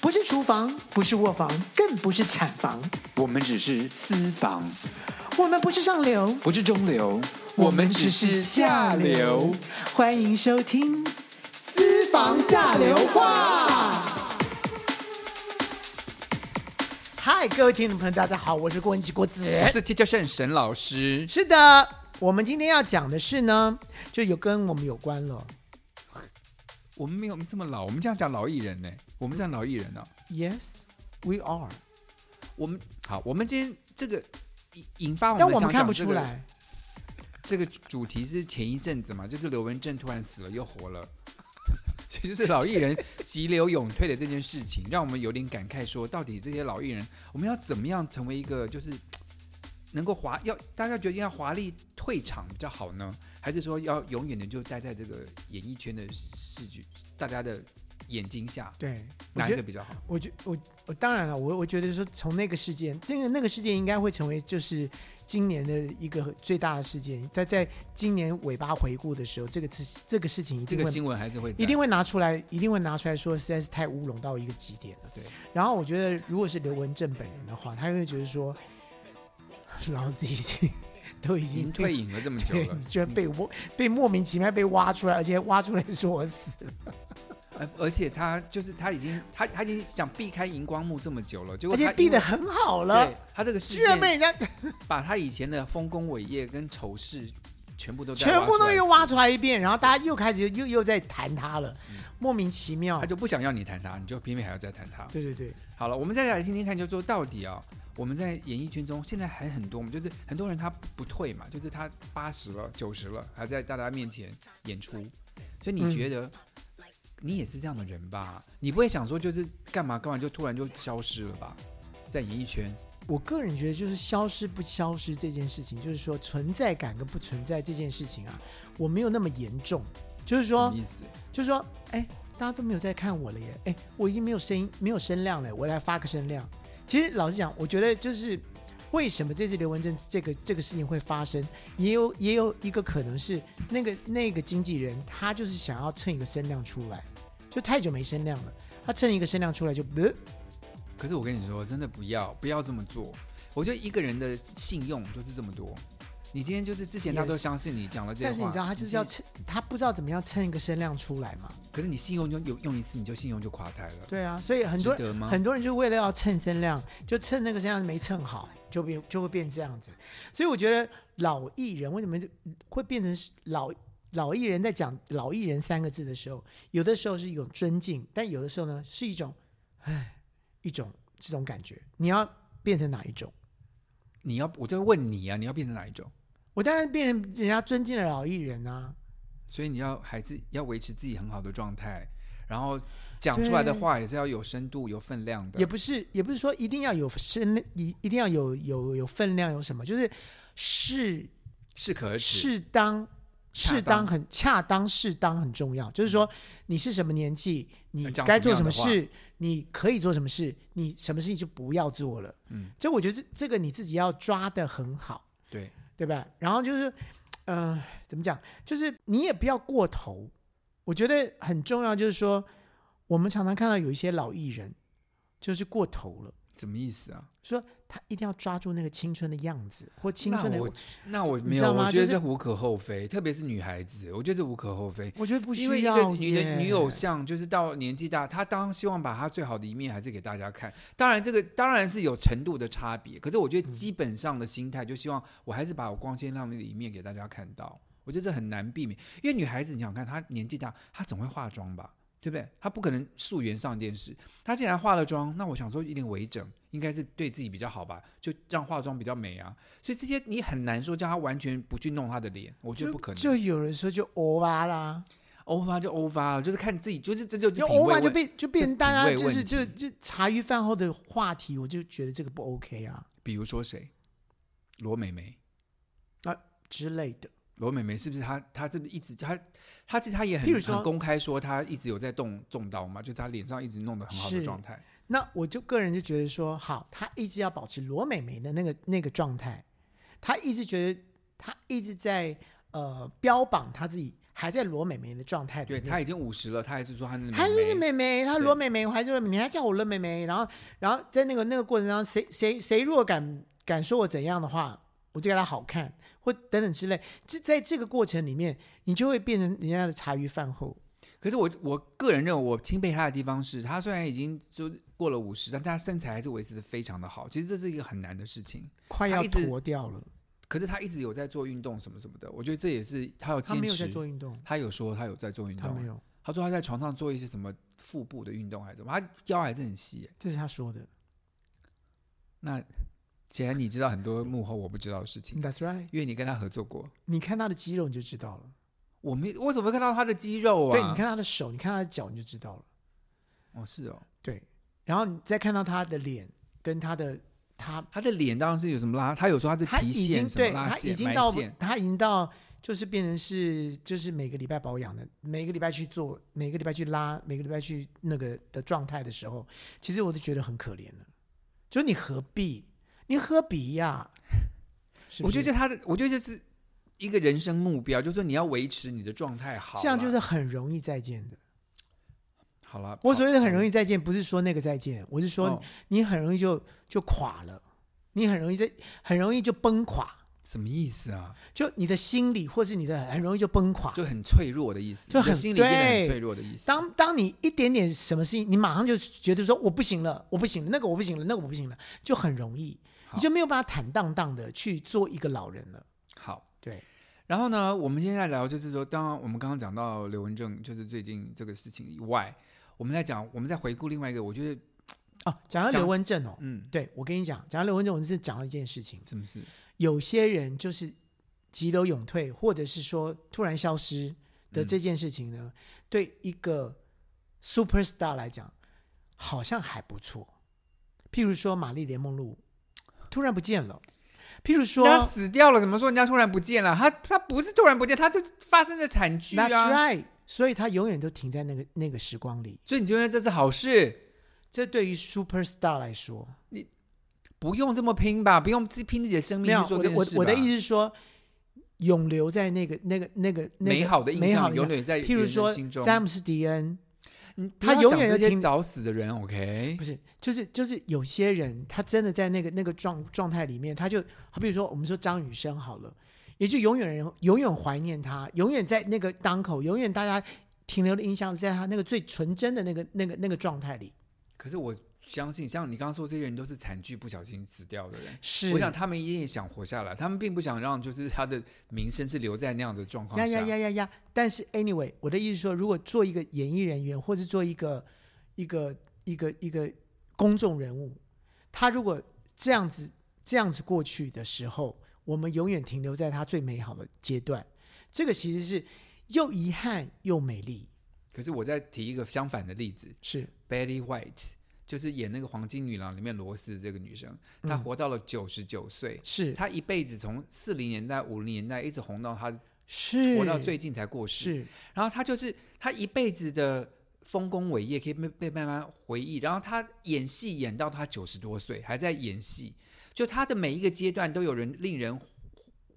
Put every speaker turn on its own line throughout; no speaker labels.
不是厨房，不是卧房，更不是产房，
我们只是私房，
我们不是上流，
不是中流，我们只是下流。。
欢迎收听《
私房下流话。
嗨，各位听众朋友，大家好，我是郭文琪郭子。
我是贴教圣沈老师，
是的，我们今天要讲的是呢，就有跟我们有关了，
我们没有这么老，我们这样讲老艺人呢、我们这样老艺人呢、哦
Yes, we are。
我们好，我们今天这个引引发我
但
们
我们
想
看不
讲这
出
个
来，
这个主题是前一阵子嘛，就是刘文正突然死了又活了， 所以就是老艺人急流勇退的这件事情，让我们有点感慨说，到底这些老艺人，我们要怎么样成为一个就是能够华要大家决定要华丽退场比较好呢，还是说要永远的就待在这个演艺圈的视觉大家的眼睛下，
对，我
哪
觉得
一个，比较好？
我觉我我当然了，我我觉得说从那个事件，这个那个事件应该会成为就是今年的一个最大的事件，在在今年尾巴回顾的时候，这个事这个事情一
这
定
个
会
新闻还是会在
一定会拿出来，一定会拿出来说，实在是太乌龙到一个极点了。
对，
然后我觉得，如果是刘文正本人的话，他就会觉得说，老子已经都已
已
经
经
被
退隐了这么久
对，
了嗯
你，居然被我被莫名其妙被挖出来，而且挖出来说我死，
而而且他就是他已经他他已经想避开荧光幕这么久了，结果
而且
他
避
因为
得很好了
对，他这个事
居然被
件
人家
把他以前的丰功伟业跟丑事全部都再
全部都又挖
来
出来一遍，然后大家又开始又又在谈他了，莫名其
一次，
妙
嗯他。就不想要你谈他，你就偏偏还要再谈他。
对对对，
好了，我们再来听听看，就说到底啊、我们在演艺圈中现在还很多，我们就是很多人他不退嘛，就是他八十了、九十了，还在大家面前演出，所以你觉
嗯
得、你也是这样的人吧？你不会想说就是干嘛干嘛就突然就消失了吧？在演艺圈，
我个人觉得就是消失不消失这件事情，就是说存在感跟不存在这件事情啊，我没有那么严重，就是
什
说
么意思？
就是说，哎，大家都没有在看我了耶，哎，我已经没有声音，没有声量了，我来发个声量。其实老实讲，我觉得就是为什么这次刘文正这个这个事情会发生，也有也有一个可能是那个那个经纪人他就是想要蹭一个声量出来，就太久没声量了，他蹭一个声量出来就呃
可是我跟你说，真的不要不要这么做。我觉得一个人的信用就是这么多。你今天就是之前他都
Yes
相信你讲了这些话，
但是你知道他就是要蹭，他不知道怎么样蹭一个声量出来嘛。
可是你信用就有用一次，你就信用就垮台了，
对啊，所以很多
值得吗？
很多人就为了要蹭声量，就蹭那个声量没蹭好，就变就会变这样子。所以我觉得老艺人为什么会变成是老老艺人，在讲老艺人三个字的时候，有的时候是一种尊敬，但有的时候呢是一种，唉，一种这种感觉。你要变成哪一种？
你要我就问你啊，你要变成哪一种？
我当然变成人家尊敬的老艺人啊，
所以你要还是要维持自己很好的状态，然后讲出来的
对
话也是要有深度、有分量的。
也不是也不是说一定要有声，一一定要有有有分量，有什么就是是
适可而止。
适当、
恰
适当很恰当、适当很重要。就是说，你是什么年纪，你
要讲
该
什
做
么
什么
样的话
事，你可以做什么事，你什么事情就不要做了。
嗯，
这我觉得这这个你自己要抓的很好，
对，
对吧？然后就是，呃，怎么讲？就是你也不要过头。我觉得很重要，就是说，我们常常看到有一些老艺人就是过头了，
什么意思啊？
说他一定要抓住那个青春的样子或青
那
春的
我。那我
你
没
知道
有，
吗
我觉
就
得
是
这无可厚非，特别是女孩子，我觉得这无可厚非。
我觉得不需
因
要
为
耶，
一个女的女偶像，就是到年纪大，她当然希望把她最好的一面还是给大家看。当然，这个当然是有程度的差别，可是我觉
嗯
得基本上的心态，就希望我还是把我光鲜亮丽的一面给大家看到。我觉得这很难避免，因为女孩子，你想看她年纪大，她总会化妆吧，对不对？她不可能素颜上电视。她既然化了妆，那我想说一定微整，应该是对自己比较好吧，就让化妆比较美啊。所以这些你很难说叫她完全不去弄她的脸，我觉得不可能。
就有人说就欧巴啦，
欧发就欧发了，就是看自己，就是这就
就
品味
欧巴就
问
被就变大家
品味
就
问
是
题
就就茶余饭后的话题，我就觉得这个不 OK 啊
比如说谁，罗美美，
之类的。
罗美美是不是她？她是不是一直她？她其实她也
譬如
很
说
很公开说，她一直有在动动刀嘛，就是她脸上一直弄得很好的
是
状态。
那我就个人就觉得说，好，他一直要保持罗美美的那个那个状态，他一直觉得他一直在呃标榜他自己还在罗美眉的状态里
对
面，
他已经五十了，他还是说他那
还就是
没
妹妹，她
对
罗妹妹，我还是罗妹妹，你还叫我罗妹妹。然后，然后在那个那个过程当中，谁谁谁如果敢敢说我怎样的话，我就给她好看，或等等之类。这在这个过程里面，你就会变成人家的茶余饭后。
可是我我个人认为，我钦佩他的地方是，他虽然已经就过了五十，但他身材还是维持的非常的好。其实这是一个很难的事情，
快要
他一直
脱掉了，
可是他一直有在做运动什么什么的，我觉得这也是他有
他
坚
没有在
持。
做运动，
他有说他有在做运
他没
动，
有，
他说他在床上做一些什么腹部的运动还是什么，他腰还是很细耶。
这是他说的。
那显然你知道很多幕后我不知道的事情，
That's right，
因为你跟他合作过。
你看他的肌肉你就知道了，
我没我怎么会看到他的肌肉啊？
对，你看他的手，你看他的脚你就知道了，
哦是哦，
对。然后你再看到他的脸跟他的他
他的脸当然是有什么拉，他有说他的
他
提
已经
线什么
对
拉
他已
线
经
埋
到
线，
他已经到就是变成是就是每个礼拜保养的，每个礼拜去做，每个礼拜去拉，每个礼拜去那个的状态的时候，其实我都觉得很可怜了。就你何必，你何必呀？是不
我觉得
是
这他的，我觉得这是一个人生目标，就是说你要维持你的状态好啦。啊
这样就是很容易再见的。
好了。
我所谓的很容
易
易再见，不是说那个再见，我是说
哦、
你很容易就就垮了，你很容易在很容易就崩垮，
什么意思啊？
就你的心理或是你的很容易就崩垮，
就很脆弱的意思，
就
你的
很
心里变得
对
很脆弱的意思。
当当你一点点什么事情，你马上就觉得说我不行了，我不行了，那个我不行了，那个我不行了，就很容易，
好
你就没有办法坦荡荡的去做一个老人了。
好，
对。
然后呢，我们现在聊就是说，当然我们刚刚讲到刘文正就是最近这个事情以外，我们在讲，我们在回顾另外一个，我觉得
哦，讲到
讲
刘文正哦，
嗯，
对我跟你讲，讲到刘文正，我是讲了一件事情，
是不是？
有些人就是急流勇退，或者是说突然消失的这件事情
嗯
呢，对一个 super star 来讲，好像还不错。譬如说玛丽莲梦露突然不见了，譬如说
人家死掉了，怎么说人家突然不见了？他他不是突然不见，他就是发生在惨剧
That's
啊。
right，所以他永远都停在那个那个时光里。
所以你觉得这是好事？
这对于 super star 来说，
不用这么拼吧，不用自拼自己的生
没
命
有
去做
我的
这件
我
事
我的
吧
意思是说，永留在那个那个那个那个
美好的印
美好
象
的
永远在
譬如
人的
说
心中，
詹姆斯迪恩，
嗯
他
不要
永
讲
远
这
要
些
听
早死的人，OK？
不是，就是就是有些人他真的在那个那个状状态里面，他就好比如说我们说张雨生好了，也就永远人永远怀念他，永远在那个当口，永远大家停留的印象是在他那个最纯真的那个那个那个状态里。
可是我相信，像你刚刚说，这些人都是惨剧不小心死掉的人。
是，
我想他们也想活下来，他们并不想让就是他的名声是留在那样的状况
呀
下。
呀呀呀呀！但是 anyway，我的意思说，如果做一个演艺人员，或者做一个一个一个一个公众人物，他如果这样子这样子过去的时候，我们永远停留在他最美好的阶段。这个其实是又遗憾又美丽，
可是我再提一个相反的例子
是
，Betty White 就是演那个《黄金女郎》里面罗斯这个女生，她
嗯
活到了九十九岁，
是
她一辈子从四零年代、五零年代一直红到她
是
活到最近才过世。
是
然后他就是他一辈子的丰功伟业可以被被慢慢回忆，然后他演戏演到他九十多岁还在演戏，就他的每一个阶段都有人令人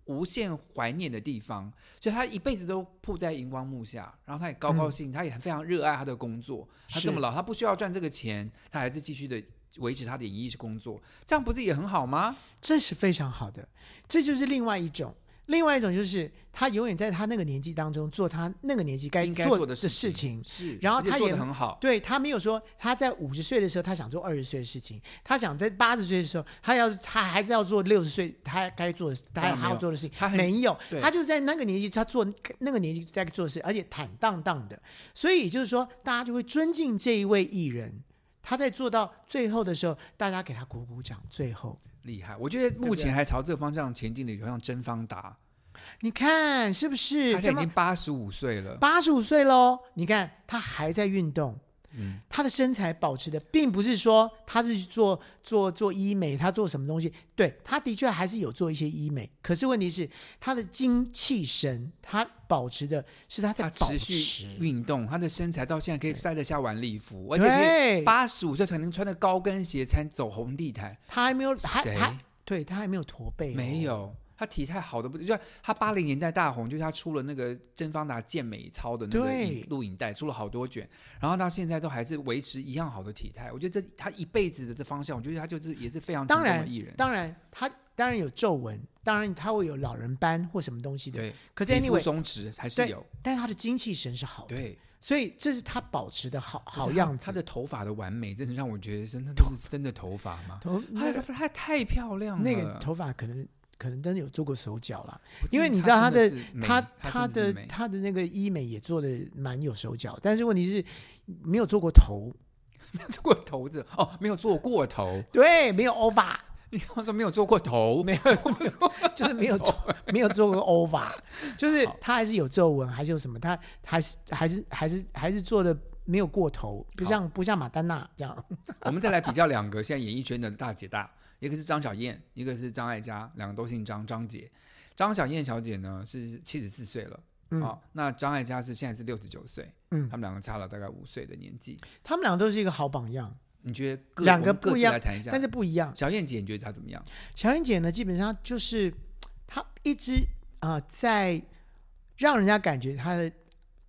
无限怀念的地方，所以他一辈子都铺在荧光幕下，然后他也高高兴，他也非常热爱他的工作，他
是
这么老，他不需要赚这个钱，他还是继续的。维持他的演艺工作，这样不是也很好吗？
这是非常好的，这就是另外一种。另外一种就是他永远在他那个年纪当中做他那个年纪该
应该
做
的
的事情，
是，
然后
而且
他
做
也
的很好，
对他没有说他在五十岁的时候他想做二十岁的事情，他想在八十岁的时候他要他还是要做六十岁他该做的
当
他
然没
还要
有
做的事情，
他很
没有，
对
他就在那个年纪他做那个年纪在做事，而且坦荡荡的，所以也就是说大家就会尊敬这一位艺人。他在做到最后的时候，大家给他鼓鼓掌。最后，
厉害。我觉得目
不对
前还朝这个方向前进的，有像甄方达，
你看是不是啊
他现
这
在已
么
经八十五岁了，
八十五岁喽？你看他还在运动，
嗯，
他的身材保持的，并不是说他是做做做医美，他做什么东西？对，他的确还是有做一些医美，可是问题是他的精气神，他保持的是他在
他
保
持续
持。
运动，他的身材到现在可以塞得下晚礼服，而且可以
对，
八十五岁才能穿着高跟鞋才走红地毯，
他还没有，还哎
谁
还对他还没有驼背、哦
没，有？他体态好的不，就像他八零年代大红，就是他出了那个甄方达健美操的那个
对
影录影带，出了好多卷，然后到现在都还是维持一样好的体态。我觉得这他一辈子的这方向，我觉得他就是也是非常成
当
功的
然
艺人。
当然他当然有皱纹，当然他会有老人斑或什么东西的。
对，
可是
皮肤
anyway，
松弛还是有，
但他的精气神是好的，
对，
所以这是他保持的好好
他
样子。
他的头发的完美，真的让我觉得真的都是真的头发吗？
头
啊他
那个
的他太漂亮了，
那个头发可能可能真的有做过手脚啦，
我真的，
因为你知道他的
真是美
他
他
他
真是
的
美
他的那个医美也做的蛮有手脚，但是问题是没有做过头，
做过头子哦，没有做过头。
对，没有 over，
你刚刚说没有做过头， 没有
就是没有做没有做过 over，就是他还是有皱纹，还是有什么，他还是还是还是还是做的没有过头，不像不像马丹娜这样。
我们再来比较两个现在演艺圈的大姐大，一个是张小燕，一个是张艾嘉，两个都姓张，张姐。张小燕小姐呢是七十四岁了，啊、
嗯
那张艾嘉是现在是六十九岁，
嗯
他们两个差了大概五岁的年纪。
他们俩都是一个好榜样，
你觉得各
两
我
个
们各
不一
自
样
来谈一下，
但是不一样。
小燕姐你觉得她怎么样？
小燕姐呢，基本上就是她一直啊、呃在让人家感觉她的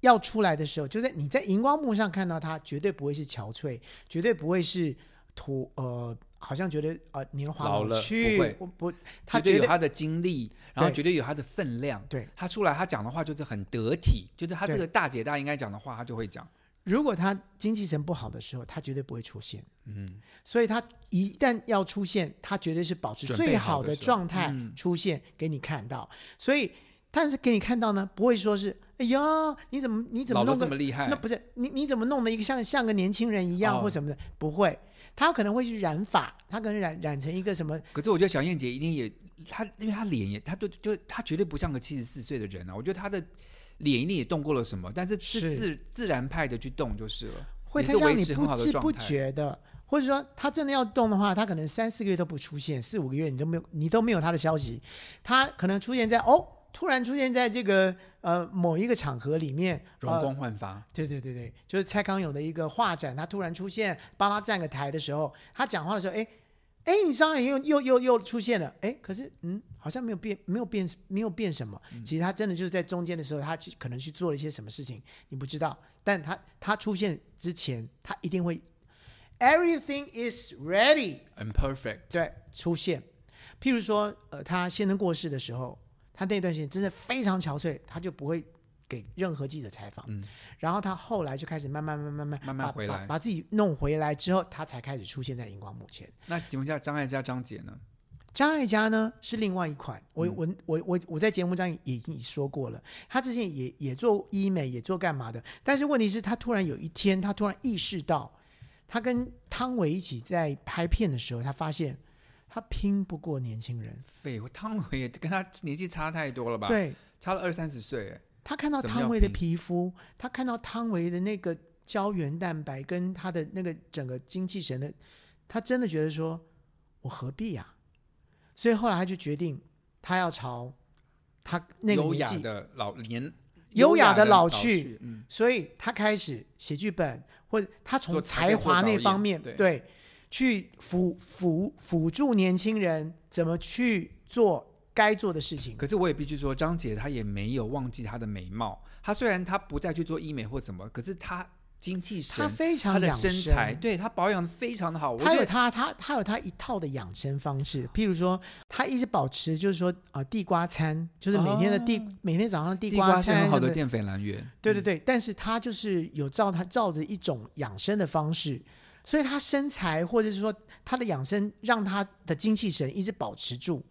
要出来的时候，就在你在荧光幕上看到她，绝对不会是憔悴，绝对不会是土呃，好像觉得呃年华
老了
去，
不会
我不，她
绝对
绝
有
对
她的经历，然后
对
绝对有她的分量。
对
她出来，她讲的话就是很得体，就是她这
对
个大姐大应该讲的话，她就会讲。
如果她精气神不好的时候，她绝对不会出现。
嗯，
所以她一旦要出现，她绝对是保持
准备
最
好
好
的
的
时候
状态
嗯
出现给你看到。所以，但是给你看到呢，不会说是哎呀，你怎么你怎么
老的
弄
这
得
么厉害
那，不是你你怎么弄的一个像像个年轻人一样
哎哦
或什么的？不会，他可能会去染发，他可能染染成一个什么？
可是我觉得小燕姐一定也，她因为她脸也，她对，就她绝对不像个七十四岁的人啊。我觉得她的脸一定也动过了什么，但是是
是
自自然派的去动就是了，
会
也
他
是
让
维
你
持很
不
好的
知
状
不
态。
觉的，或者说他真的要动的话，他可能三四个月都不出现，四五个月你都没有你都没有他的消息，他可能出现在哦，突然出现在这个呃某一个场合里面，
容
呃
光焕发，
对对对对，就是蔡康永的一个画展，他突然出现，帮他站个台的时候，他讲话的时候，哎哎，你张远又又又又出现了，哎，可是嗯，好像没有变，没有变，没有变什么。其实他真的就是在中间的时候，他去可能去做了一些什么事情，你不知道。但他他出现之前，他一定会，everything is ready，
很 perfect。
对，出现。譬如说，呃，他先生过世的时候，他那段时间真的非常憔悴，他就不会给任何记者采访。
嗯
然后他后来就开始慢慢慢慢慢
慢慢
把
回
把
来
把自己弄回来之后，他才开始出现在荧光幕前。
那请问一下张艾嘉张姐呢？
张艾嘉呢是另外一款，我、
嗯
我我我我在节目上已经说过了，他之前也也做医美，也做干嘛的，但是问题是，他突然有一天，他突然意识到，他跟汤唯一起在拍片的时候，他发现他拼不过年轻人，
废话，汤唯也跟她年纪差太多了吧？，
对
差了二三十岁欸耶。
他看到
怎么样
汤唯的
拼
皮肤，他看到汤唯的那个胶原蛋白跟他的那个整个精气神的，他真的觉得说，我何必呀、所以后来他就决定，他要朝他那个
优
年
雅
纪，
的老年，
优雅的
的
老去
去，嗯，
所以他开始写剧本，或者他
做
从
他可以
才
做
华
导
那
演
方面
对
去辅辅辅助年轻人怎么去做该做的事情。
可是我也必须说，张姐她也没有忘记她的美貌。她虽然她不再去做医美或怎么，可是她精气神
他，非
她
常
的
养
身
生
材，对她保养的非常的好。我
他
觉
有
得
他他他有他一套的养生方式，譬如说，他一直保持就是说啊、呃地瓜餐，就是每天的地、
哦
每天早上的地
地瓜是
餐
很好
什么
的嗯淀粉来源，
对对对，但是他就是有照他照着一种养生的方式，所以他身材或者是说他的养生让他的精气神一直保持住，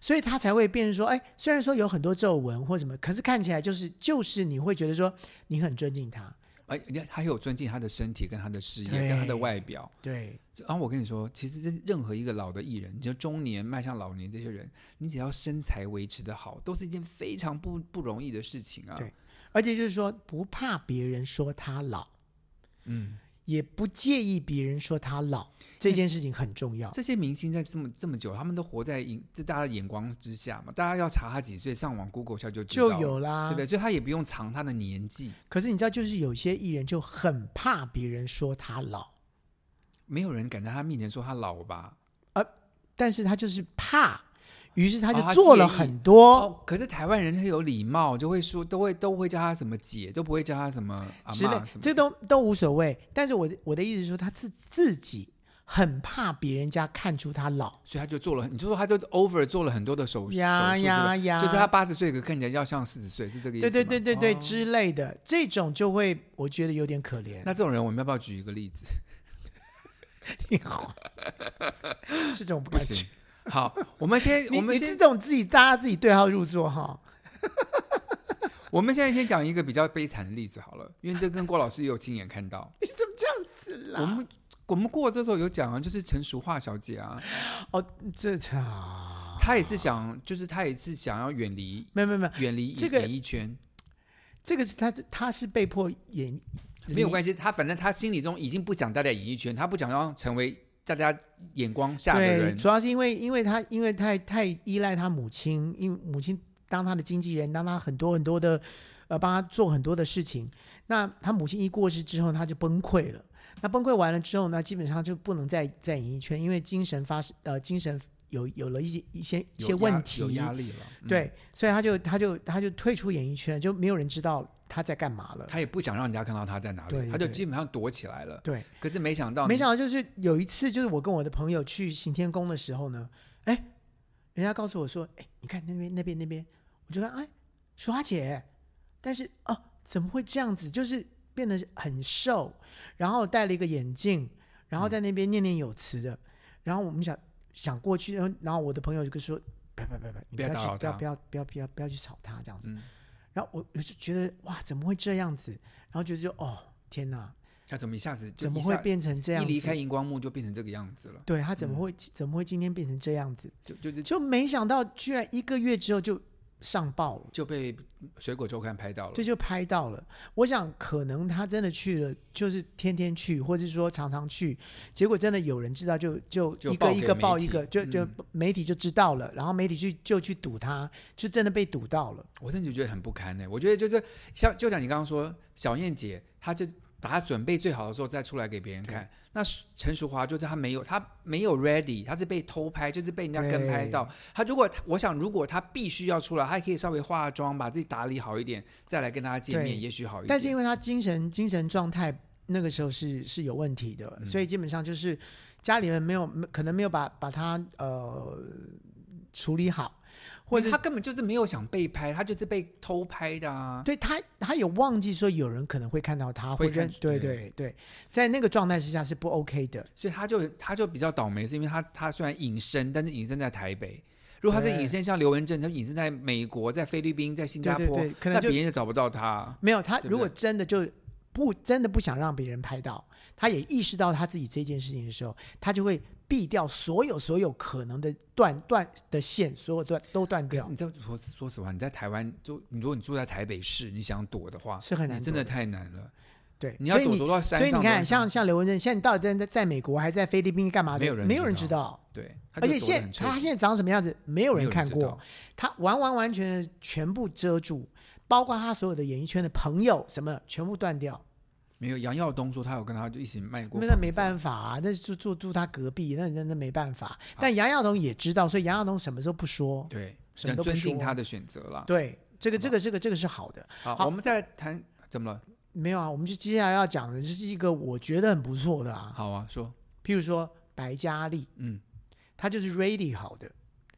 所以他才会变成说，哎，虽然说有很多皱纹或什么，可是看起来就是就是你会觉得说你很尊敬他，
而哎你看她有尊敬她的身体、跟她的事业、
对
跟她的外表。
对，
然后我跟你说，其实这任何一个老的艺人，你就中年迈向老年这些人，你只要身材维持的好，都是一件非常不不容易的事情啊。
对而且就是说不怕别人说他老。
嗯，
也不介意别人说他老，这件事情很重要。
这些明星在这么这么久，他们都活在眼这大家的眼光之下嘛，大家要查他几岁，上网 Google 一下就知道
就
了
有啦，
对不对？所以他也不用藏他的年纪，
可是你知道，就是有些艺人就很怕别人说他老，
没有人敢在他面前说他老吧？
但是他就是怕，于是他
哦他
就做了
介意
很多
哦，可是台湾人很有礼貌，就会说都会都会叫他什么姐，都不会叫他什么阿
之类
妈什，么。
这都都无所谓。但是我的我的意思是说，他自自己很怕别人家看出他老。
所以他就做了，你就说他就 over 做了很多的手
呀
手术
呀
之类
呀
就是他八十岁可看起来要像四十岁，是这个意思
对
吗？
对对对对，
哦
之类的，这种就会我觉得有点可怜。
那这种人，我们要不要举一个例子？
你好， 这种不
不
敢去
行。好，我们先，
你
我们
你这
先，
种自己大家自己对号入座哈，
我们现在先讲一个比较悲惨的例子好了，因为这跟郭老师也有亲眼看到。
你怎么这样子
我
啦？
们我们过这时候有讲啊，就是陈淑桦小姐啊，
这这啊，
她也是想，就是她也是想要远离
没有没有没有，
远离
这个
演艺圈，
这个是他他是被迫演，
没有关系，她反正她心里中已经不想待在演艺圈，她不想要成为大家眼光下的
对，
人。
主要是因为因为他因为太太依赖他母亲，因为母亲当他的经纪人，当他很多很多的呃帮他做很多的事情。那他母亲一过世之后，他就崩溃了。那崩溃完了之后呢，基本上就不能再在演艺圈，因为精神发呃精神有有了一些一些一
有
些
压
问题，
有压力了，嗯，
对，所以他就他就他就退出演艺圈，就没有人知道他在干嘛了。
她也不想让人家看到她在哪
对
里，她就
对
基本上躲起来了。
对，
可是没想到，
没想到就是有一次，就是我跟我的朋友去行天宫的时候呢，哎，人家告诉我说，哎，你看那边那边那边，我就说，哎，淑华姐，但是哦、怎么会这样子？就是变得很瘦，然后戴了一个眼镜，然
嗯
后在那边念念有词的，然后我们想想过去，然后然后我的朋友就跟说，别别别别，你
不要
要去
打扰
不要
他
不要不要不要不要去吵他这样子。
嗯
然后我我就觉得哇，怎么会这样子？然后觉得就哦天哪，
她怎么一下子就
怎么
一
会
下
变成这样
一
子？
离开荧光幕就变成这个样子了，
对他怎么会、怎么会今天变成这样子？
就就就
就没想到居然一个月之后就上报了，
就被《水果周刊》拍到了。
对，就拍到了。我想可能他真的去了，就是天天去，或者说常常去，结果真的有人知道就，就
就
一
报
个
给
一个
媒
报
体
一个，就就
嗯
媒体就知道了，然后媒体去就去堵他，就真的被堵到了。
我真的觉得很不堪呢、我觉得就是像就像你刚刚说，小燕姐她就把她准备最好的时候再出来给别人看。那陈淑华就是她没有，她没有 ready，她是被偷拍，就是被人家跟拍到。她如果我想，如果她必须要出来，她可以稍微化妆，把自己打理好一点，再来跟大家见
对
面，也许好一点。
但是因为他精神精神状态那个时候是是有问题的，
嗯
所以基本上就是家里人没有可能没有把把他呃处理好，或
或
者
者
是
她根本就是没有想被拍，她就是被偷拍的啊。
对他，他也忘记说有人可能会看到他，
会
或者
看嗯
对
对
对对，在那个状态之下是不 OK 的。
所以他就他就比较倒霉，是因为他他虽然隐身，但是隐身在台北。如果他是
对
隐身，像刘文正，他隐身在美国、在菲律宾、在新
对
加
对
坡，
对，可
那
能就
别人就找不到他。
没有他。
对不
如果
对
真的就不真的不想让别人拍到，他也意识到他自己这件事情的时候，他就会避掉所有所有可能的断断的线，所有断都断掉
你。知道，说说实话，你在台湾，就你如果你住在台北市，你想躲的话，
是很难
你真的
躲的
太难了。
对，
你要
所以
躲躲到山
所以
上。
你看，像
躲到山
像刘文正，现在你到底在在在美国还是在菲律宾干嘛的？
没有人
没有人
知
知道，
对，他
而且
就躲得
现
很彻
他
底
现在长什么样子，没有
没
人
有
看
知
过
道。
他完完完全全全部遮住，包括他所有的演艺圈的朋友什么，全部断掉。
没有杨耀东说他有跟他就一起卖过
那
房
那
子，
没办法、啊，那就住住他隔壁，那那那没办法。但杨耀东也知道，所以杨耀东什么时候不说？
对，啊
什么都不
很尊敬
说
他的选择了。
对，这个这个这个这个是好的。
好，
好
我们再来谈怎么了？
没有啊，我们就接下来要讲的这是一个我觉得很不错的啊，
好啊，说，
譬如说白嘉丽，
嗯，
她就是 ready 好的，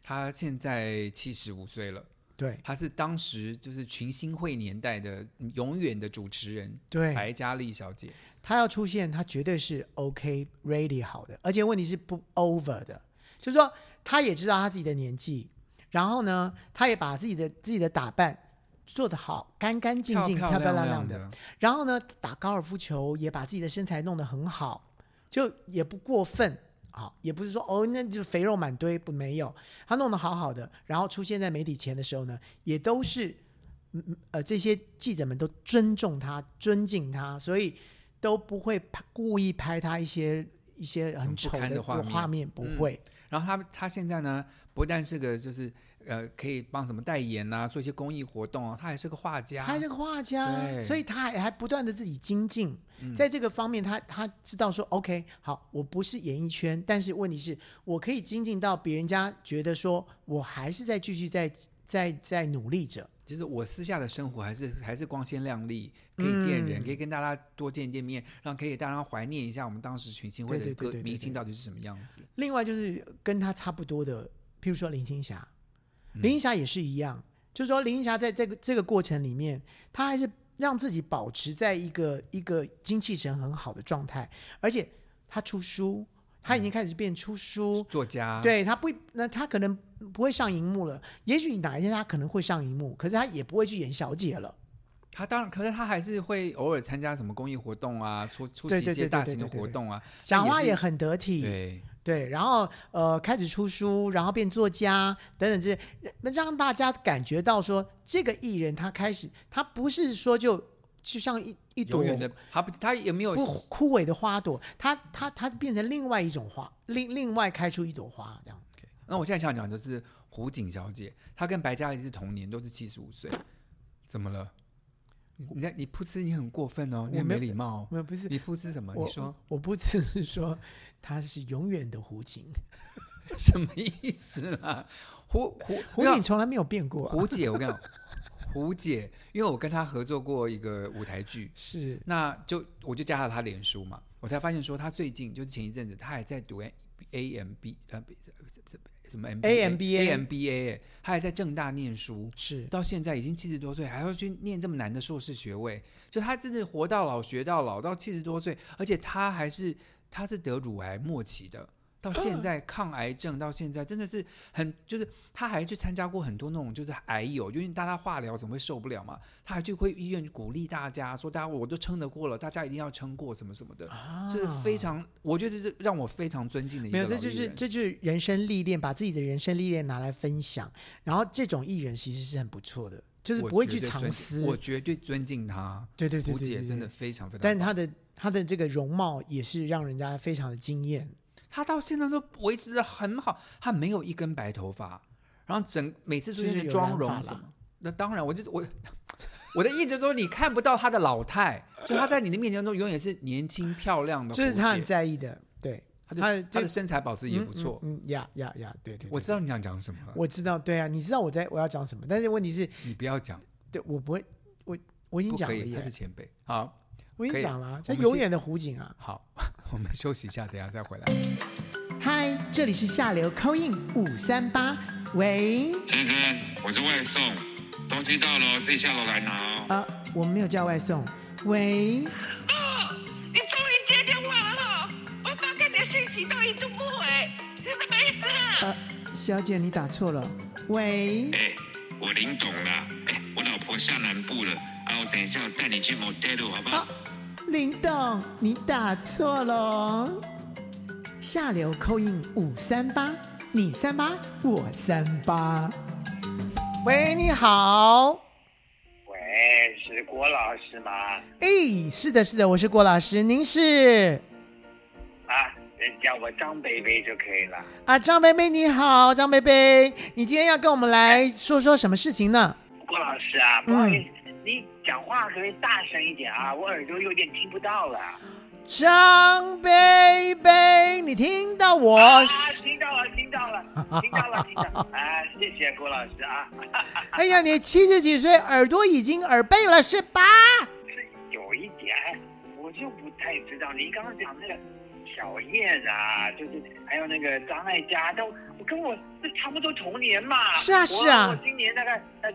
他现在七十五岁了。
对
她是当时就是群星会年代的永远的主持人
对，
白嘉丽小姐，
他要出现，他绝对是 OK ready 好的，而且问题是不 over 的，就是说他也知道他自己的年纪，然后呢，他也把自己的自己的打扮做得好，干干净净、漂
漂
漂
亮
亮的，
的，
然后呢，打高尔夫球也把自己的身材弄得很好，就也不过分啊，也不是说哦，那就肥肉满堆不没有，他弄得好好的，然后出现在媒体前的时候呢，也都是嗯嗯呃这些记者们都尊重他、尊敬他，所以都不会拍故意拍他一些一些很
很不
丑
堪的画面嗯
画面，不会。
然后她她现在呢，不但是个就是呃可以帮什么代言啊，做一些公益活动啊，她还是个画家
他，是个画家，
对嗯
所以他还还不断的自己精进，在这个方面他，他知道说，OK，好，我不是演艺圈，但是问题是我可以精进到别人家觉得说我还是在继续在在在努力着。
其实我私下的生活还是还是光鲜亮丽，可以见
嗯
人，可以跟大家多见见面，让可以大家怀念一下我们当时群星会
对
的
对对
歌
对对
明星
对
到底是什么样子。
另外就是跟他差不多的，譬如说林青霞，
嗯
林青霞也是一样，就是说林青霞在这个这个过程里面，她还是让自己保持在一个一个精气神很好的状态，而且她出书，她
嗯
已经开始变出书，
作家，，
哦对他不，那他可能不会上荧幕了。也许哪一天他可能会上荧幕，可是他也不会去演小姐了。
他当然，可是他还是会偶尔参加什么公益活动啊，出出席
对
一
对
些
对
大
对
型的
对对
活
对
动啊，
讲话也
是
很得体，
对。
对然后呃，开始出书，然后变作家等等这些，让让大家感觉到说，这个艺人他开始，他不是说就就像一一朵
永远的，他不，他也没有
不枯萎的花朵，他他他变成另外一种花，另另外开出一朵花这样。
那我现在想讲就是胡锦小姐，她跟白嘉莉是同年，都是七十五岁，怎么了？你你在你噗嗤，你很过分哦，你很
没
没
有
礼貌哦。
没有，不是
你噗嗤什么？
我
你说
我不只是说他是永远的胡琴，
什么意思啦？胡胡
胡
没有
锦从来没有变过、啊。
胡姐，我跟你讲，胡姐，因为我跟她合作过一个舞台剧，
是
那就我就加了她脸书嘛，我才发现说她最近就是前一阵子她还在读 A M B 呃不是什么 M
AMBA
A M B A，她还在正大念书。
是，
到现在已经七十多岁，还要去念这么难的硕士学位，就他真的活到老学到老，到七十多岁，而且他还是他是得乳癌末期的，到
嗯
现在抗癌症到现在真的是很就是他还去参加过很多那种就是癌友，因为大家化疗怎么会受不了嘛，他还去会医院鼓励大家说大家我都撑得过了，大家一定要撑过什么什么的，这是非常我觉得这让我非常尊敬的一
啊没
个
有，
老艺
这
人。
就是这就是人生历练，把自己的人生历练拿来分享，然后这种艺人其实是很不错的，就是
我
不会
绝
去
对尊
藏
敬
私。
我绝对尊敬他。
对对对
胡
对
姐
对，
真的
对，
非常非常棒，
但是他的他的这个容貌也是让人家非常的惊艳。
他到现在都维持的很好，他没有一根白头发，然后整每次出现
就是
的
有
妆
染
容
发
什
啦
么，那当然，我就我我的意思就是说，你看不到他的老态，就他在你的面前中永远是年轻漂亮的胡
这
姐，
是他很在意的，对，
他的
他的
他的身材保持也不错。
嗯呀呀呀，对对，
我
对
知道你想讲什么了，
我知道，对啊，你知道我在我要讲什么，但是问题是，
你不要讲，
对我不会，我我已经
不
讲
可
了
以，他是
耶，
前辈。好
我已
可
经
以
讲了啊，他
我们
永
是
远的湖景啊。
好， 我们休息一下，等一下再回来。
嗨，这里是下流 c o i n 五三八，喂，
先生，我是外送，东西到了哦自己下楼来拿哦。
啊，我们没有叫外送，喂，
哦，你终于接电话了哈、我发给你的信息都一度不回，你什么意思啊？
呃，小姐你打错了，喂，
哎、我林董啦，哎、我老婆下南部了，啊，我等一下我带你去 motel 好不好？
啊，林董你打错了哦，下流 c o i n 五三八，你三八我三八，喂，你好，
喂，是郭老师吗？
哎，是的，是的，我是郭老师，您是
啊，叫我张贝贝就可以了。
啊，张贝贝你好，张贝贝，你今天要跟我们来说说什么事情呢？
郭老师啊，不好意思，你讲话可不可以大声一点啊？我耳朵有点听不到了。
张贝贝，你听到我
啊？，听到了，听到了，听到了，听到了。啊，谢谢郭老师啊。
哎呀，你七十几岁，耳朵已经耳背了是吧？
有一点，我就不太知道您刚刚讲那个小叶子啊，就是还有那个张艾嘉，都跟我这差不多同年嘛。
是啊
我
是啊
我今年大概呃，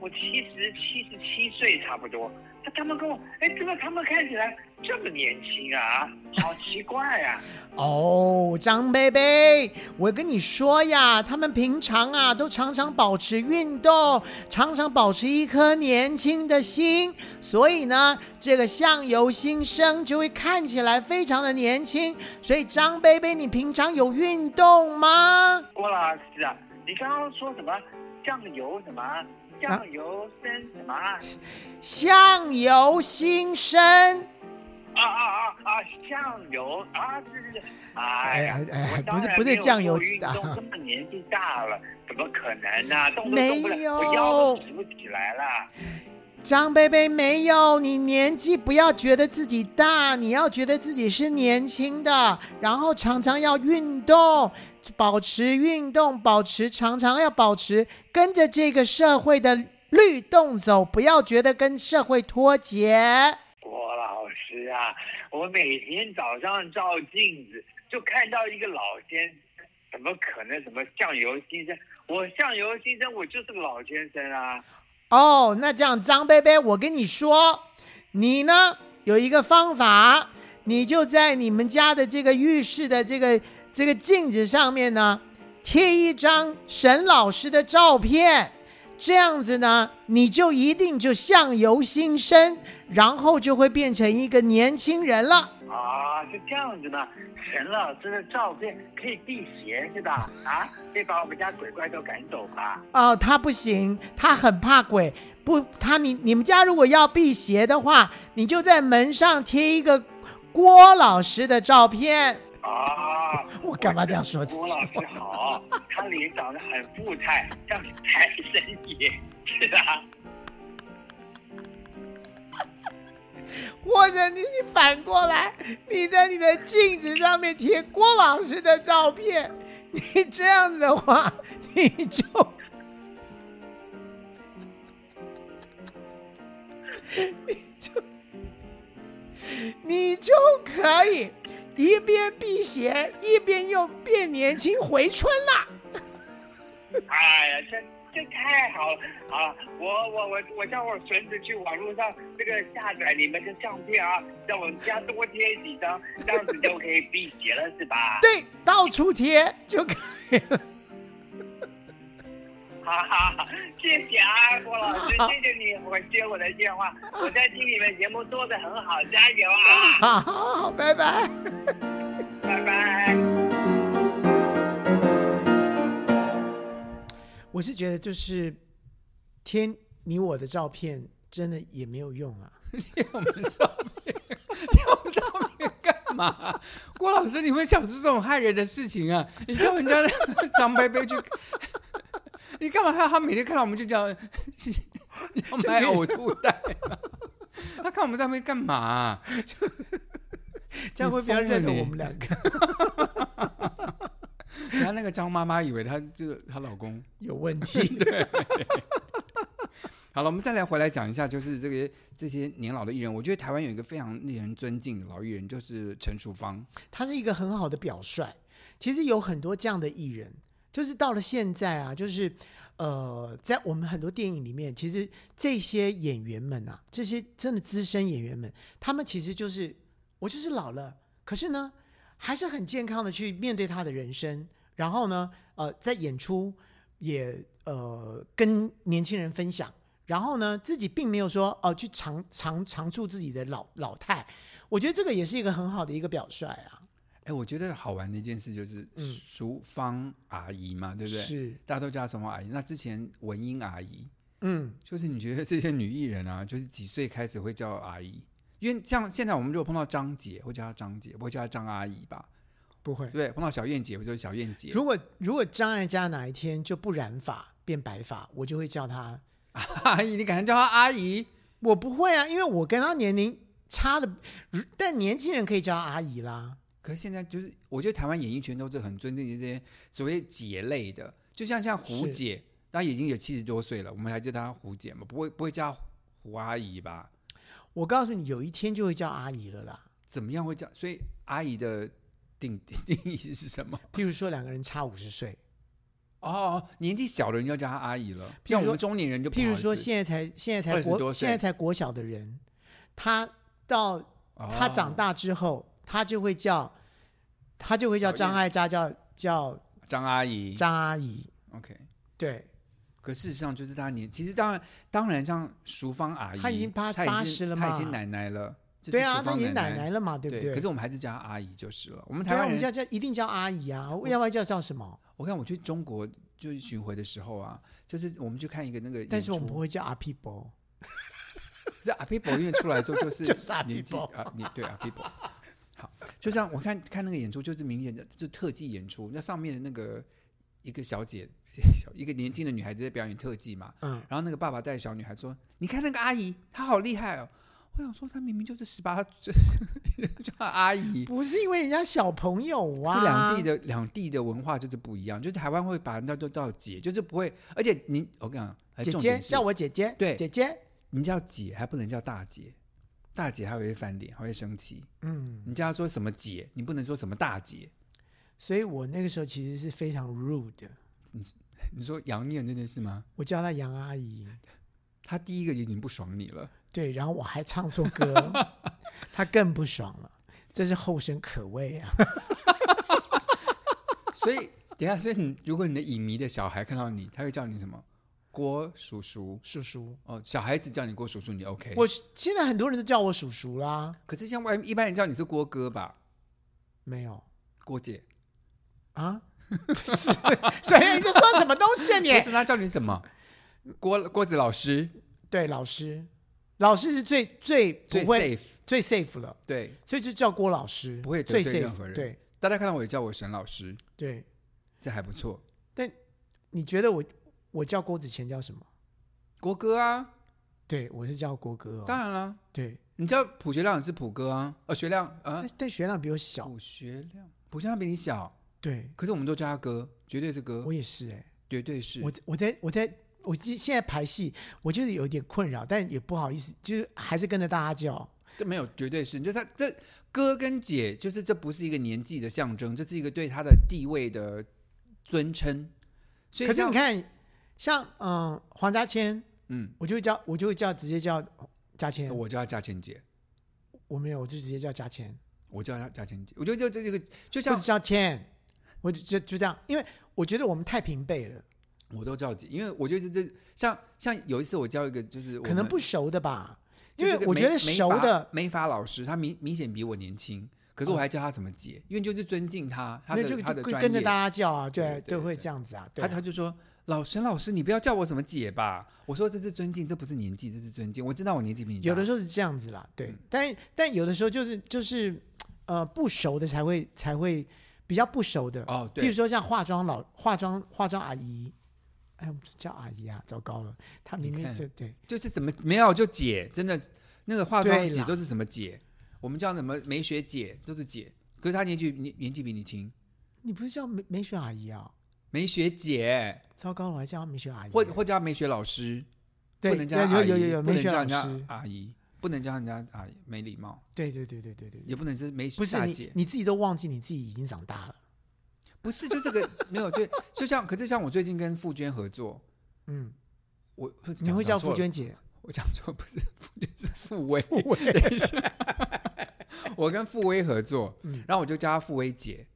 我七十七十七岁差不多。他他们跟我，哎，怎么他们看起来这么年轻啊？好奇怪 啊！
哦，张贝贝，我跟你说呀，他们平常啊都常常保持运动，常常保持一颗年轻的心，所以呢，这个相由心生就会看起来非常的年轻。所以张贝贝，你平常有运动吗？
郭老师啊，你刚刚说什么酱油什
啊
么酱油生什么啊
相由心生。
啊啊啊啊！酱油啊，是是是，哎呀，
哎哎哎
我当
不是
然
不是
没有
酱油
做运
啊
动这么年纪大了，怎么可能呢、动都
没
动不了，
有
我腰都直不起来了。
张贝贝没有，你年纪不要觉得自己大，你要觉得自己是年轻的，然后常常要运动，保持运动，保持常常要保持跟着这个社会的律动走，不要觉得跟社会脱节。
郭老师啊，我每天早上照镜子，就看到一个老先生，怎么可能什么相由心生？我相由心生，我就是个老先生啊！
哦，那这样张贝贝，我跟你说，你呢有一个方法，你就在你们家的这个浴室的这个这个镜子上面呢贴一张沈老师的照片，这样子呢你就一定就相由心生，然后就会变成一个年轻人了。
啊，是这样子的，沈老师的照片可以辟邪是吧？啊，可以把我们家鬼怪都赶走吧？
哦，他不行，他很怕鬼。不，他你你们家如果要辟邪的话，你就在门上贴一个郭老师的照片。
啊，
我干嘛这样说自
郭
己
老师好，他脸长得很富态，像财神爷，是啊。
或者你你反过来，你在你的镜子上面贴郭老师的照片，你这样子的话，你就。 你就可以一边辟邪，一边又变年轻回春啦。
哎呀，这这太好了啊！我我我我叫我孙子去网络上这个下载你们的相片啊，让我们家多贴几张，这样子就可以辟邪了，是吧？
对，到处贴就 可以了。
哈哈哈，谢谢啊，郭老师，谢谢你，我接我的电话，我在听你们节目做的很好，加油啊，
好好好，拜拜。
拜拜。
我是觉得就是贴你我的照片，真的也没有用啊。
我们照片，我们照片干嘛？ 郭老师，你会想出这种害人的事情啊？你叫人家 张贝贝去，你干嘛他他每天看到我们就叫要买呕吐袋啊、 他看我们在那边干嘛啊、
这样会比较认得
你
我们两个。
然后那个张妈妈以为她就是她老公有问题。对。好了，我们再来回来讲一下，就是这个这些年老的艺人，我觉得台湾有一个非常令人尊敬的老艺人，就是陈淑芳。
他是一个很好的表率。其实有很多这样的艺人，就是到了现在啊，就是呃，在我们很多电影里面，其实这些演员们啊，这些真的资深演员们，他们其实就是我就是老了，可是呢，还是很健康的去面对他的人生，然后呢，呃，在演出也呃跟年轻人分享。然后呢，自己并没有说哦、去长长长处自己的老老态，我觉得这个也是一个很好的一个表率啊。
哎，我觉得好玩的一件事就是淑芳阿姨嘛，对不对？
嗯是，
大家都叫她淑芳阿姨。那之前文英阿姨，
嗯，
就是你觉得这些女艺人啊， 就是几岁开始会叫阿姨？因为像现在我们如果碰到张姐，会叫她张姐，不会叫她张阿姨吧？
不会
对不。对？碰到小燕姐，会叫小燕姐。
如果如果张艾嘉哪一天就不染发变白发，我就会叫他。
阿姨，你敢叫她阿姨？
我不会啊，因为我跟他年龄差的，如但年轻人可以叫他阿姨啦。
可是现在就是，我觉得台湾演艺圈都是很尊敬这些所谓姐类的，就像像胡
是
姐，她已经有七十多岁了，我们还叫她胡姐嘛，不会不会叫她胡阿姨吧？
我告诉你，有一天就会叫阿姨了啦。
怎么样会叫？所以阿姨的定定义是什么？
譬如说两个人差五十岁，
哦，年纪小的人要叫她阿姨了，
譬如说
像我们中年人就不好
譬如
意
说
思
现在才现在才
20多
国现
岁
在才国小的人，他到
哦
他长大之后，他就会叫他就会叫
小燕
张艾嘉叫叫
哦张阿姨
张阿姨。
，OK。
对，
可事实上就是她年，其实当然当然像淑芳阿姨，
她已经八
她已经
80了
她
嘛
已经奶奶了，这
对
是
啊，
淑
他
芳
已经奶
奶
奶了嘛，对不对？
可是我们还是叫她阿姨就是了。我们
对
台
啊，我
湾
们
人，
叫叫一定叫阿姨啊，要不然叫叫什么？
我看我去中国就是巡回的时候啊，就是我们去看一个那个演出，
但是我们不会叫阿 people，
这阿 people 因为出来 之后就是
就是阿
年纪
people
啊，你对阿 people。好，就像我看看那个演出，就是明显的就特技演出，那上面的那个一个小姐一个年轻的女孩子在表演特技嘛，
嗯，
然后那个爸爸带小女孩说：“你看那个阿姨，她好厉害哦。”我想说，她明明就是 十八，这叫她阿姨。
不是因为人家小朋友啊，
这两地的两地的文化就是不一样，就是台湾会把那都叫姐，就是不会，而且你我跟你讲，还
姐
重
姐
点是
叫我姐姐，
对
姐姐，
你叫姐还不能叫大姐，大姐还会翻脸，还会生气。
嗯，
你叫她说什么姐，你不能说什么大姐。
所以我那个时候其实是非常 rude 的，
你说杨念这件事吗？
我叫她杨阿姨，
她第一个已经不爽你了，
对，然后我还唱错 歌，她更不爽了，这是后生可畏啊！
所以 等一下，所以你如果你的影迷的小孩看到你，他会叫你什么？郭叔叔
叔叔，
哦，小孩子叫你郭叔叔，你 OK？
我现在很多人都叫我叔叔啦，
可是像外一般人叫你是郭哥吧，
没有
郭姐，
啊？不是，小燕你在说什么东西啊你
为？什么他叫你什么？郭郭子老师
对，老师，老师是最最
最
不会
safe，
最 safe 了，
对，
所以就叫郭老师，
不会得
最
罪任何
safe，
人。
对，
大家看到我也叫我沈老师，
对。
这还不错。
但你觉得我我叫郭子乾叫什么？
郭哥啊，
对，我是叫郭哥、哦。
当然了，
对，
你叫普学亮也是普哥啊，哦，学亮啊嗯
但，但学亮比我小。
普学亮，普学亮比你小，
对，
可是我们都叫他哥，绝对是哥
我，也是哎、
绝对是
我。我在我在我记现在排戏，我就是有点困扰，但也不好意思，就是还是跟着大家叫。
这没有绝对是，就是他这哥跟姐，就是这不是一个年纪的象征，这是一个对他的地位的尊称。所以
可是
像
你，看，像嗯黄家千，
嗯，
我就叫我就叫直接叫呃家千，我
我叫她嘉倩姐，
我没有，我就直接叫家千，
我叫她嘉倩姐，我觉得就这个
或
就像
者叫千，我就就就这样，因为我觉得我们太平辈了，
我都叫姐，因为我觉得这这像像有一次我教一个就是我
可能
们
不熟的吧，因
就
为
这个
我
美
觉得
美
熟
法
的哦
美法老师，他明明显比我年轻，可是我还叫他什么姐，因为就是尊敬他，他
那
的
就
他
就
的
跟
专
跟着
业
大家叫啊，
对
对
对对
会
对
这样子啊，对
他
啊
他就说：“老沈老师，你不要叫我什么姐吧。”我说：“这是尊敬，这不是年纪，这是尊敬。我知道我年纪比你大。”
有的时候是这样子啦，对，
嗯
但但有的时候就是就是呃不熟的才会才会比较不熟的
哦对
比如说像化妆老化妆化妆阿姨，哎，我们叫阿姨啊，糟糕了，她明
你
明
看
就对
就是怎么没有就姐，真的那个化妆
对
姐
啦
都是什么姐，我们叫什么美雪姐都是姐，可是她年纪年年纪比你轻，
你不是叫美美雪阿姨啊？
美雪姐
糟糕了，我还叫她美雪阿姨，
或或叫美雪老师，
对
不能叫她
有有
阿姨
有有
不
美
能
雪
叫
老
人家
师，
阿姨，不能叫人家阿姨，没礼貌，
对对对对对对，
也不能是美
不是
大
你
姐，
你自己都忘记你自己已经长大了，
不是就这个 没有对，就像可是像我最近跟傅娟合作，
嗯，
我
你会叫傅？
讲错了
娟姐，
我讲错不是傅娟是傅薇，等一下，我跟傅薇合作，然后我就叫她傅薇姐，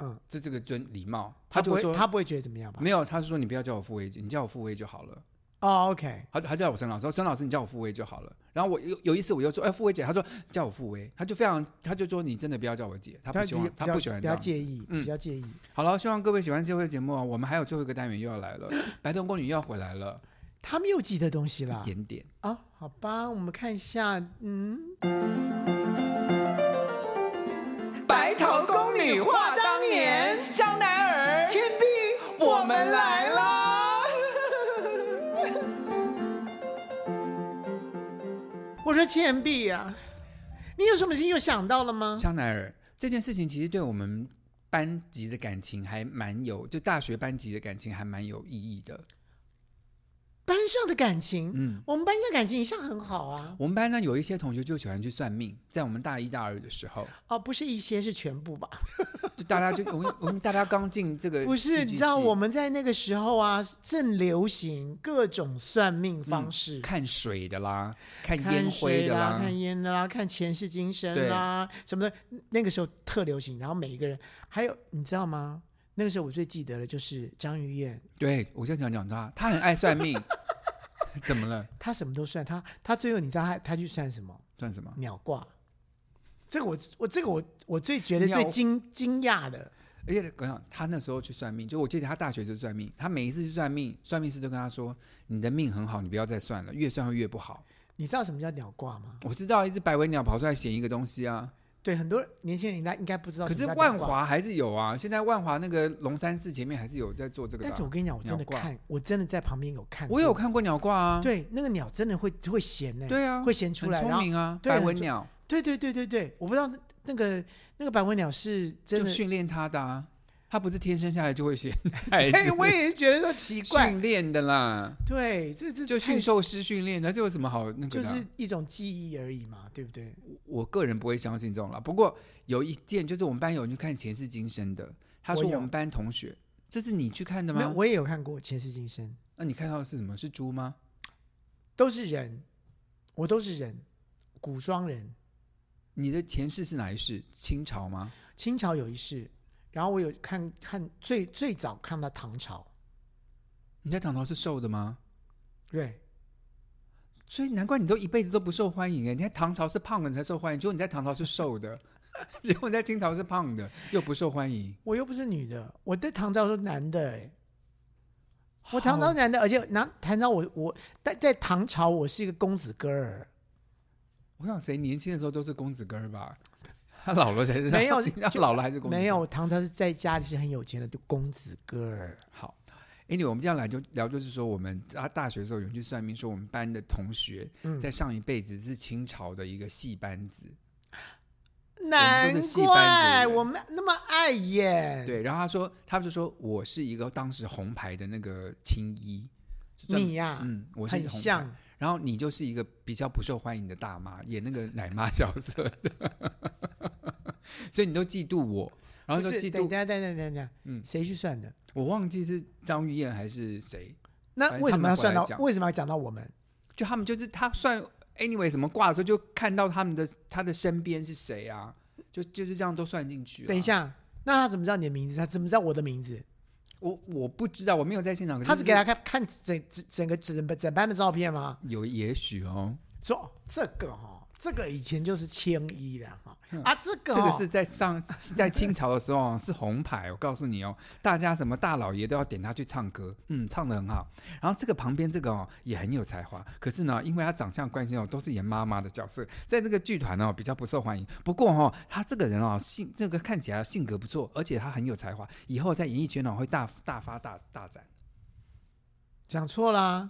嗯，
这这个尊礼貌，
她不
就
会
说
她不会觉得怎么样吧？
没有，她说你不要叫我傅薇姐，你叫我傅薇就好了。
哦，OK，
她她叫我沈老师，沈老师你叫我傅薇就好了。然后我有有一次我又说，哎，傅薇姐，她说叫我傅薇，她就非常，她就说你真的不要叫我姐，她不
他
喜
比
欢
较，
她
比
不
较
喜欢
比
这
较
样。
介意，
嗯
比较介意。
好了，希望各位喜欢这回节目啊，我们还有最后一个单元又要来了，白头宫女又要回来了，
他们又记得东西啦
点点。
啊，好吧，我们看一下，嗯，
白头宫女话当年，香奈儿、倩碧，我们来啦！
我说倩碧啊，你有什么事情又想到了吗？
香奈儿这件事情，其实对我们班级的感情还蛮有，就大学班级的感情还蛮有意义的。
班上的感情，
嗯
我们班上感情一向很好啊。
我们班呢有一些同学就喜欢去算命，在我们大一大二的时候，
哦，不是一些，是全部吧？
就大家就我们我们大家刚进这个
不
戏
是，
剧
你知道
系
我们在那个时候啊，正流行各种算命方式，
看水的啦，看烟
看
灰
水
的
啦，
啦，
看烟的啦，看前世今生啦，什么的，那个时候特流行。然后每一个人，还有你知道吗？那个时候我最记得的就是张玉燕，
对我就想讲他，他很爱算命， 怎么了？
她什么都算，她她最后你知道她她去算什么？
算什么？
鸟卦。这个我我这个我我最觉得
鸟
最惊惊讶的，
而且我想他那时候去算命，就我记得他大学就算命，他每一次去算命，算命师都跟他说：“你的命很好，你不要再算了，越算会越不好。”
你知道什么叫鸟卦吗？
我知道一只白尾鸟跑出来衔一个东西啊，
对很多年轻人应该应该不知道
可
什么叫
是万
鸟挂，
华还是有啊，现在万华那个龙山寺前面还是有在做这个吧。
但是我跟你讲，我真的
鸟挂
看，我真的在旁边有看，
我有。看过鸟挂啊，
对，那个鸟真的会会衔呢、
对啊，
会衔出来，
很
然
聪
后
明啊，
对
白
很
文
聪
鸟
对对对对对，我不知道那个那个白文鸟是真
就
的，
训练它的啊，它不是天生下来就会选孩子
哎， 我也觉得说奇怪，
训练的啦，
对，这这
就
太
驯兽师训练的，这有什么好那个
就
的啊？
是一种记忆而已嘛，对不对？
我个人不会相信这种啦。不过有一件就是我们班有人去看前世今生的，他说
我有
我们班同学，这是你去看的
没有，
吗？
我也有看过《前世今生》，
那你看到的是什么？是猪吗？
都是人，我都是人，古装人，
你的前世是哪一世？清朝吗？
清朝有一世，然后我有看看最最早看到唐朝，
你在唐朝是瘦的吗？
对，
所以难怪你都一辈子都不受欢迎哎！你在唐朝是胖的你才受欢迎，结果你在唐朝是瘦的， 结果你在清朝是胖的又不受欢迎。
我又不是女的，我对唐朝是男的哎、我唐朝是男的，而且南唐朝我我在在唐朝我是一个公子哥儿，
我想谁年轻的时候都是公子哥儿吧？他老了才 是
没 有
他
就
老了还是公子哥儿
没有唐朝是在家里是很有钱的公子哥儿，
好，Anyway，我们这样来就聊，就是说我们啊大学的时候有人去算命，说我们班的同学
嗯
在上一辈子是清朝的一个戏班子，
难
都是戏班
怪
子的人
我们那么碍眼，，
对，然后他说他们就说我是一个当时红牌的那个青衣，就专
你呀、
嗯，我是
很
红牌
像，
然后你就是一个比较不受欢迎的大妈，演那个奶妈角色的， 所以你都嫉妒我，然
不？
后就是嫉
等一
妒
下等一下等一下等一下，
嗯
谁去算的？
我忘记是张玉燕还是谁，
那
反正
为什
哎他
么
们
要
回
算
来
到？
讲
为什么要讲到我们？
就他们就是他算 anyway 什么卦的时候，就看到他们的他的身边是谁啊，就就是这样都算进去、啊
等一，下，那他怎么知道你的名字？他怎么知道我的名字？
我我不知道，我没有在现场，可
他
是
是给他看看整整整个整整班的照片吗？
有也许哦，
说哦这个哈、哦，这个以前就是青衣的哈、啊，这个、
嗯 这
哦、
个是在上是在清朝的时候啊是红牌，我告诉你哦，大家什么大老爷都要点他去唱歌，嗯，唱的很好。然后这个旁边这个哦也很有才华，可是呢，因为他长相关系哦，都是演妈妈的角色，在这个剧团哦比较不受欢迎。不过哦，他这个人哦性这个看起来性格不错，而且他很有才华，以后在演艺圈哦会大大发大大展。
讲错啦，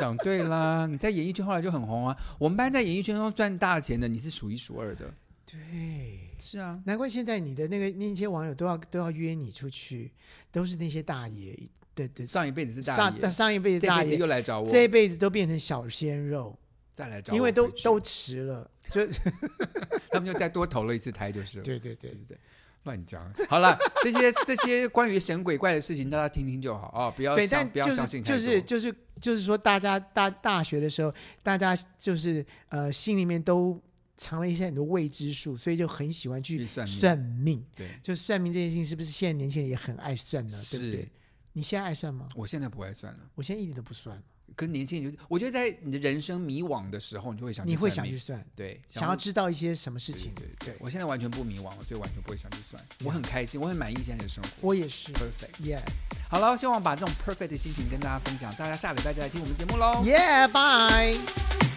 讲对 啦，你在演艺圈后来就很红啊。我们班在演艺圈中赚大钱的，你是数一数二的。
对，
是啊，
难怪现在你的那个那些网友都要都要约你出去，都是那些大爷的的
上一辈子是大
上
爷，
上一辈子
这
大
辈子又
爷，
来找我，
这一辈子都变成小鲜肉，
再来找我
因为都
回去
都迟了， 就
他们就再多投了一次胎就是了。
对对对
对。对，乱讲。好了，这些这些关于神鬼怪的事情，大家听听就好哦，不要
对，
相
但
不要
就
相
是
信
就
太多。
是就是就是说，大家大大学的时候，大家就是呃心里面都藏了一些很多未知数，所以就很喜欢去
去算命
算命。
对，
就算命这件事情，是不是现在年轻人也很爱算呢？对不
是
对？你现在爱算吗？
我现在不爱算了，
我现在一点都不算了，
跟年轻人就是，我觉得在你的人生迷惘的时候，啊你就会想去
你会
算
想
命
去算，
对，
想要知道一些什么事情？
对对对，我现在完全不迷惘，所以完全不会想去算。我很开心，我很满意现在的生活。
我也是
perfect。
，Yeah
好了，希望把这种 perfect 的心情跟大家分享，大家下礼拜再来听我们节目喽。
Yeah，Bye。